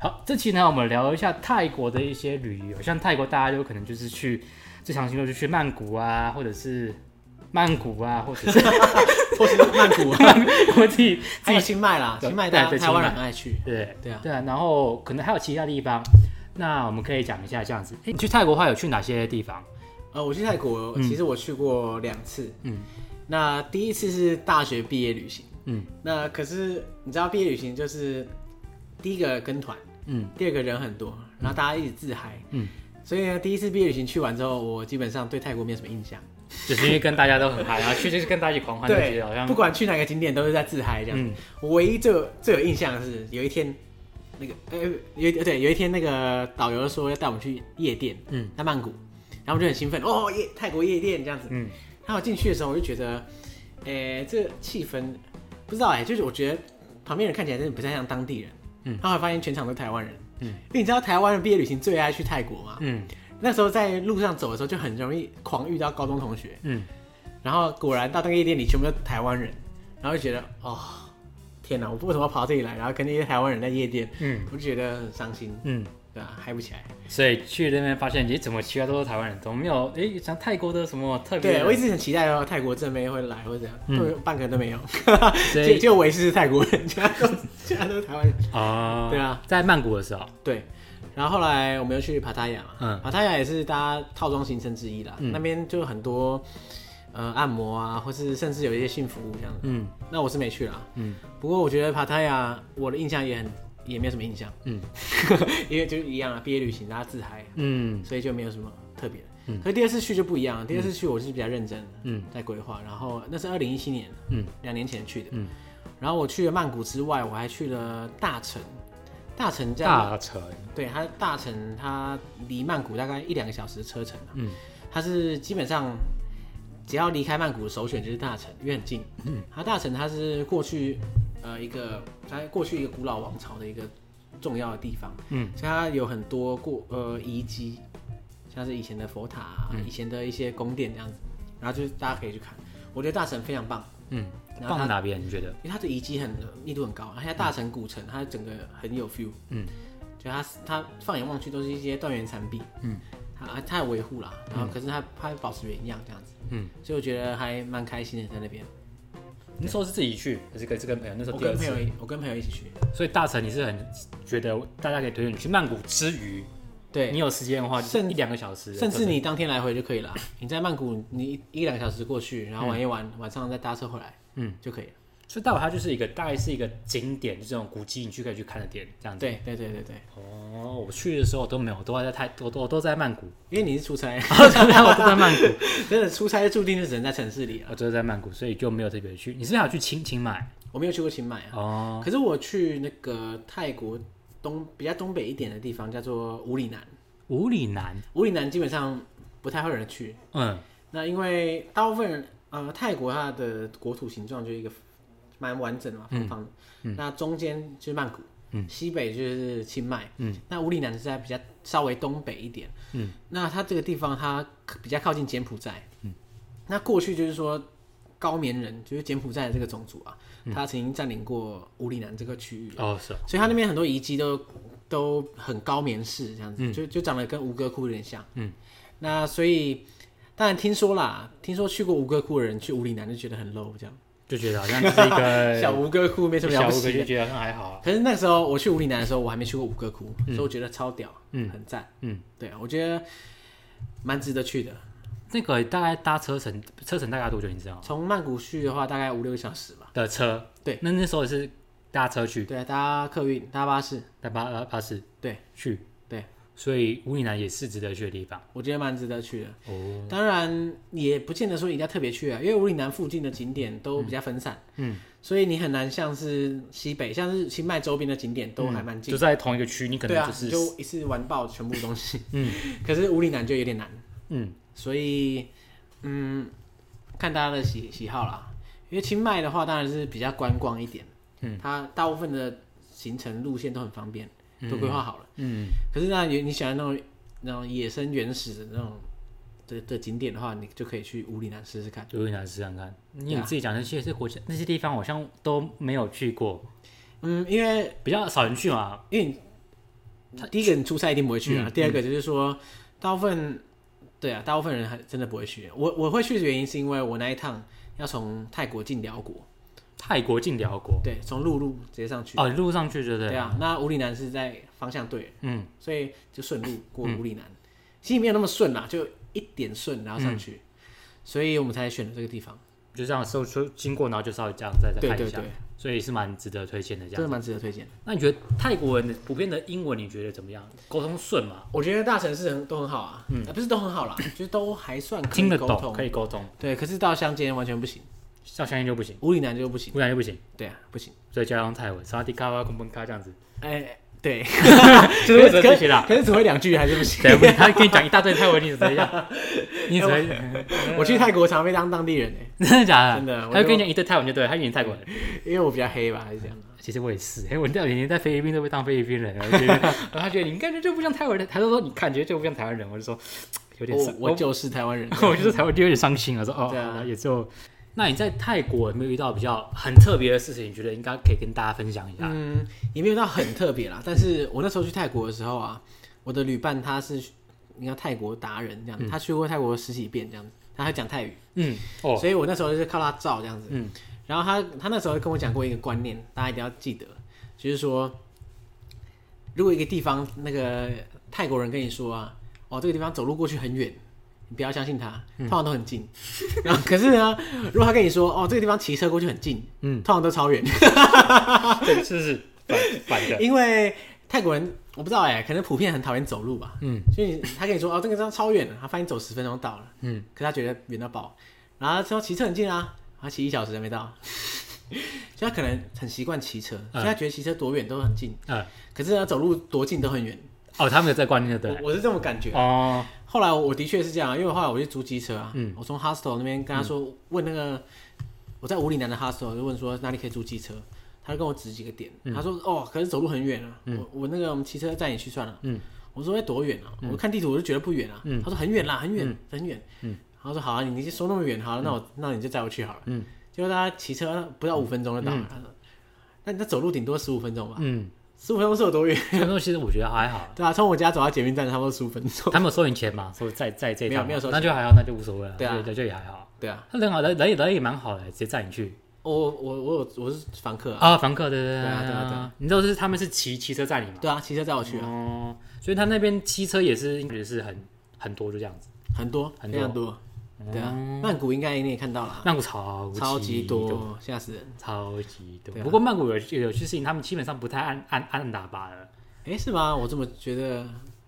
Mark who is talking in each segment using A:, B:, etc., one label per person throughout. A: 好，这期呢，我们聊一下泰国的一些旅游，像泰国大家有可能就是去最常去就是去曼谷啊，或者是曼谷啊，或者是，
B: 或是曼谷啊
A: 我自己自
B: 还有
A: 己
B: 清迈啦，
A: 对
B: 清迈大
A: 对对
B: 家台湾人很爱去。
A: 对
B: 对啊
A: 对啊，然后可能还有其他地方，那我们可以讲一下这样子。诶你去泰国的话有去哪些地方？
B: 呃，我去泰国，其实我去过两次。
A: 嗯
B: 那第一次是大学毕业旅行，
A: 嗯
B: 那可是你知道毕业旅行就是第一个跟团，
A: 嗯
B: 第二个人很多，然后大家一起自嗨。
A: 嗯，
B: 所以呢，第一次毕业旅行去完之后，我基本上对泰国没有什么印象。
A: 只是因为跟大家都很嗨，然后去就是跟大家一起狂欢，就觉得好像
B: 不管去哪个景点都是在自嗨这样。
A: 嗯
B: 我唯一最有最有印象的是有一天，那个呃有一对有一天那个导游说要带我们去夜店，
A: 嗯
B: 在曼谷，然后我就很兴奋哦夜泰国夜店这样子。
A: 嗯
B: 然后我进去的时候我就觉得，诶、这气氛不知道哎、就是我觉得旁边人看起来真的不太像当地人。
A: 嗯
B: 然后我发现全场都台湾人，
A: 嗯
B: 因为你知道台湾人毕业旅行最爱去泰国嘛，
A: 嗯
B: 那时候在路上走的时候就很容易狂遇到高中同学，
A: 嗯，
B: 然后果然到那个夜店里全部都是台湾人，然后就觉得哦，天哪，我为什么要跑到这里来？然后跟那些台湾人在夜店，
A: 嗯
B: 我就觉得很伤心，
A: 嗯，
B: 对吧、嗨不起来。
A: 所以去那边发现，咦，怎么其他都是台湾人，怎么没有？诶，像泰国的什么特别的？
B: 对，我一直很期待哦，泰国正妹会来或者怎样，
A: 嗯
B: 都有半个都没有，
A: 所
B: 就
A: 以
B: 就我一是泰国人，其他都其他都是台湾人。
A: 啊，
B: 对啊，
A: 在曼谷的时候，
B: 对，然后后来我们又去帕塔亚嘛，
A: 嗯
B: 帕塔亚也是大家套装行程之一啦，
A: 嗯
B: 那边就很多呃按摩啊，或是甚至有一些性服务这样子。
A: 嗯
B: 那我是没去啦，
A: 嗯
B: 不过我觉得帕塔亚，我的印象也很也没有什么印象，
A: 嗯
B: 因为就是一样啊，毕业旅行大家自嗨，啊
A: 嗯
B: 所以就没有什么特别的。
A: 嗯
B: 可是第二次去就不一样啊了，第二次去我是比较认真的，
A: 嗯
B: 在规划。然后那是二零一七年，
A: 嗯
B: 两年前去的。
A: 嗯
B: 然后我去了曼谷之外，我还去了大城，大城在
A: 大城，
B: 对它大城，它离曼谷大概一两个小时的车程啊、
A: 嗯
B: 它是基本上只要离开曼谷，首选就是大城，因为很近。嗯，它大城它是过去呃一个它过去一个古老王朝的一个重要的地方，
A: 嗯
B: 所以它有很多过呃遗迹，像是以前的佛塔、啊
A: 嗯
B: 以前的一些宫殿这样子，然后就是大家可以去看。我觉得大城非常棒，
A: 嗯，
B: 然后
A: 放
B: 它
A: 哪边？你觉得？
B: 因为它的遗迹很密度很高，而且它大城古城它整个很有 feel，
A: 嗯，
B: 就它它放眼望去都是一些断垣残壁，
A: 嗯，
B: 它它有维护啦，然后可是它它保持原样这样子，
A: 嗯，
B: 所以我觉得还蛮开心的在那边。
A: 那时候是自己去，还是跟是跟朋友？那时候
B: 我
A: 第二
B: 跟
A: 次
B: 朋友一我跟朋友一起去，
A: 所以大城你是很觉得大家可以推荐你去曼谷之余，你
B: 对，
A: 有时间的话，就是
B: 甚
A: 一两个小时的车
B: 甚
A: 程，
B: 至你当天来回就可以了。你在曼谷你一一两个小时过去，然后玩一玩，晚上再搭车回来，
A: 嗯，
B: 就可以了。
A: 所以大堡它就是一个大概是一个景点，就这种古迹你去可以去看的点，这样子。
B: 对对对对对，
A: 哦，我去的时候都没有，都还在泰，我都我都在曼 谷，
B: 因为你是出差，
A: 哦我都在曼谷，
B: 真的出差注定是只能在城市里啊了。
A: 我都在曼谷，所以就没有特别去。你是不是还有去清清迈？
B: 我没有去过清迈啊。
A: 哦，
B: 可是我去那个泰国东比较东北一点的地方，叫做五里南。
A: 五里南，
B: 五里南基本上不太会有人去，
A: 嗯
B: 那因为大部分人呃泰国它的国土形状就是一个蛮完整的嘛，方方的。那中间就是曼谷，
A: 嗯
B: 西北就是清迈，
A: 嗯，
B: 那五里南是在比较稍微东北一点，
A: 嗯，
B: 那它这个地方它比较靠近柬埔寨，嗯，那过去就是说高棉人就是柬埔寨的这个种族啊，
A: 嗯
B: 他曾经占领过五里南这个区域。
A: 哦是哦，
B: 所以它那边很多遗迹都都很高棉式这样子，就就长得跟吴哥窟有点像。
A: 嗯，
B: 那所以当然听说啦，听说去过吴哥窟的人去五里南就觉得很 low 这样，
A: 就觉得好像就是一个
B: 小吴哥窟没什么了不
A: 呃小屋可
B: 起
A: 以就
B: 的。
A: 觉得好像还好啊。
B: 可是那时候我去五里南的时候，我还没去过吴哥窟，所以我觉得超屌，
A: 嗯
B: 很赞，
A: 嗯，
B: 对啊，我觉得蛮值得去的。
A: 那个大概搭车程车程大概多久？你知道吗？
B: 从曼谷去的话，大概五六个小时吧。
A: 的车，
B: 对，
A: 那那时候是搭车去，
B: 对啊，搭客运、搭巴士，
A: 搭巴呃巴士
B: 对
A: 去，
B: 对，
A: 所以五里南也是值得去的地方。
B: 我觉得蛮值得去的。
A: 哦，
B: 当然也不见得说一定要特别去啊，因为五里南附近的景点都比较分散，
A: 嗯，
B: 所以你很难像是西北，像是清迈周边的景点都还蛮近，
A: 就在同一个区，你可
B: 对
A: 能
B: 啊，
A: 就是
B: 你就一次玩爆全部东西，
A: 嗯，
B: 可是五里南就有点难，
A: 嗯
B: 所以嗯，看大家的喜喜好啦，因为清迈的话当然是比较观光一点，
A: 嗯，
B: 它大部分的行程路线都很方便，都规划好了。
A: 嗯
B: 可是那有你喜欢那种那种野生原始的那种的的景点的话，你就可以去五里南试试看。
A: 就有点难试看看。你
B: 对
A: 你
B: 啊
A: 自己讲那些是国家那些地方，好像都没有去过，
B: 嗯，因为
A: 比较少人去嘛。
B: 因为
A: 嗯
B: 他第一个你出差一定不会去啊，第二个就是说，大部分对啊，大部分人还真的不会去。我我会去的原因是因为我那一趟要从泰国进辽国，
A: 泰国进辽国
B: 对，从陆路直接上去。
A: 哦，路上去对不对？
B: 对啊，那五里南是在方向对，
A: 嗯，
B: 所以就顺路过五里南，其实没有那么顺啦，就一点顺然后上
A: 嗯
B: 去，所以我们才选了这个地方。
A: 就这样搜出经过，然后就稍微这样再再
B: 对
A: 看
B: 对
A: 一下，
B: 对，
A: 所以是蛮值得推荐的这
B: 真
A: 样。
B: 的蛮值得推荐的。
A: 那你觉得泰国人的普遍的英文你觉得怎么样？沟通顺吗？
B: 我觉得大城市很都很好啊，嗯、不是都很好啦，就是都还算可
A: 听
B: 以
A: 得
B: 沟
A: 懂，
B: 通
A: 可。以沟通，
B: 对，可是到乡间完全不行，
A: 像相应就不行，
B: 五里南就不行。
A: 不然就不行，
B: 对啊，不行。
A: 所以就要用泰文，沙迪卡哇空崩卡这样 子。
B: 哎，对，
A: 就是为什么这些啦
B: 可是只会两句还是不行。
A: 对，不行他跟你讲一大堆泰文，你只能这 样，你只能
B: 我去泰国常被当当地人哎，
A: 真的假的？
B: 真哎的我
A: 他就
B: 就嗯
A: 跟你讲一堆泰文就对了，他以为你泰国人。
B: 因为我比较黑吧，还是这样。
A: 其实我也是，哎、我到以前在菲律宾都被当菲律宾人，然 后觉得，然后他觉得你感觉就不像台湾人，他就说你感觉就不像台湾人，我就说有点
B: 哦我
A: 伤，，
B: 我就是台湾人
A: 我就是台湾就有点伤心了，说哦，
B: 对啊
A: 好也就。那你在泰国有没有遇到比较很特别的事情？你觉得应该可以跟大家分享一下？
B: 嗯，也没有到很特别啦。但是我那时候去泰国的时候啊，我的旅伴他是你看泰国达人这样，他去过泰国十几遍这样子，他还讲泰语，
A: 嗯， 哦，
B: 所以我那时候就是靠他照这样子。
A: 嗯，
B: 然后他他那时候跟我讲过一个观念，大家一定要记得，就是说，如果一个地方那个泰国人跟你说啊，哦这个地方走路过去很远，你不要相信他，
A: 嗯
B: 通常都很近。然后可是呢，如果他跟你说哦这个地方骑车过去很近，
A: 嗯，
B: 通常都超远，
A: 对，是是反反的，
B: 因为泰国人我不知道哎、可能普遍很讨厌走路吧，
A: 嗯，
B: 所以他跟你说哦这个地方超远了，他发现走十分钟到了，
A: 嗯，
B: 可是他觉得远到爆，然后他说骑车很近啊，他骑一小时还没到， 所以他可能很习惯骑车，所以他觉得骑车多远都很近，
A: 嗯，
B: 可是呢走路多近都很远，
A: 哦，他们有这个观念，对不
B: 我
A: 对？
B: 我是这么感觉。
A: 哦，
B: 后来我的确是这样啊，因为后来我去租机车啊，
A: 嗯
B: 我从 hostel 那边跟他说、问那个我在五里南的 hostel 就问说哪里可以租机车，他就跟我指几个点，
A: 嗯
B: 他说哦，可是走路很远啊，我我那个我们骑车载你去算了，
A: 嗯
B: 我说哎多远啊？我看地图我就觉得不远啊，
A: 嗯
B: 他说很远啦，很远、很远，他说好啊，你你说那么远，好、那我那你就载我去好了，
A: 嗯
B: 结果他骑车不到五分钟就到了，他说那那走路顶多十五分钟吧，
A: 嗯，
B: 十五分钟是有多远？
A: 这个东西其实我觉得还好，
B: 对啊，从我家走到捷运站差不多十五分钟，
A: 他们有收你钱嘛，所以在在这一
B: 没有
A: 趟嘛
B: 没有收
A: 那就还好，那就无所谓了，
B: 对啊
A: 对，就也还好。
B: 对啊。
A: 他人好，人人也人也蛮好的，直接载你去
B: 哦我我我有我是房客啊，
A: 啊，房客对对
B: 对啊
A: 对
B: 对啊对啊，
A: 你知道是他们是骑骑车载你嘛？
B: 对啊，骑车载我去啊，
A: 哦，所以他那边骑车也是也是很很多，就这样子。
B: 很多
A: 很
B: 非常多，对啊，曼谷应该你也看到了啊，
A: 曼谷超
B: 超
A: 级，
B: 级多，吓死人！
A: 超级多。
B: 对啊
A: 不过曼谷有有些事情，他们基本上不太按按按喇叭了。
B: 哎，是吗？我这么觉得。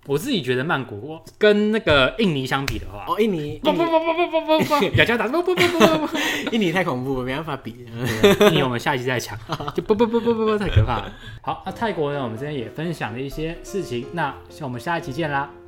A: 我自己觉得曼谷我跟那个印尼相比的话，
B: 哦，印 尼
A: 不
B: 印
A: 不不不不不不不， 雅加达不不不不不不，
B: 尼印尼太恐怖了，没办法比。
A: 对印尼我们下一期再讲，就不不不不不不太可怕了。好，那泰国呢，我们今天也分享了一些事情，那像我们下一期见啦，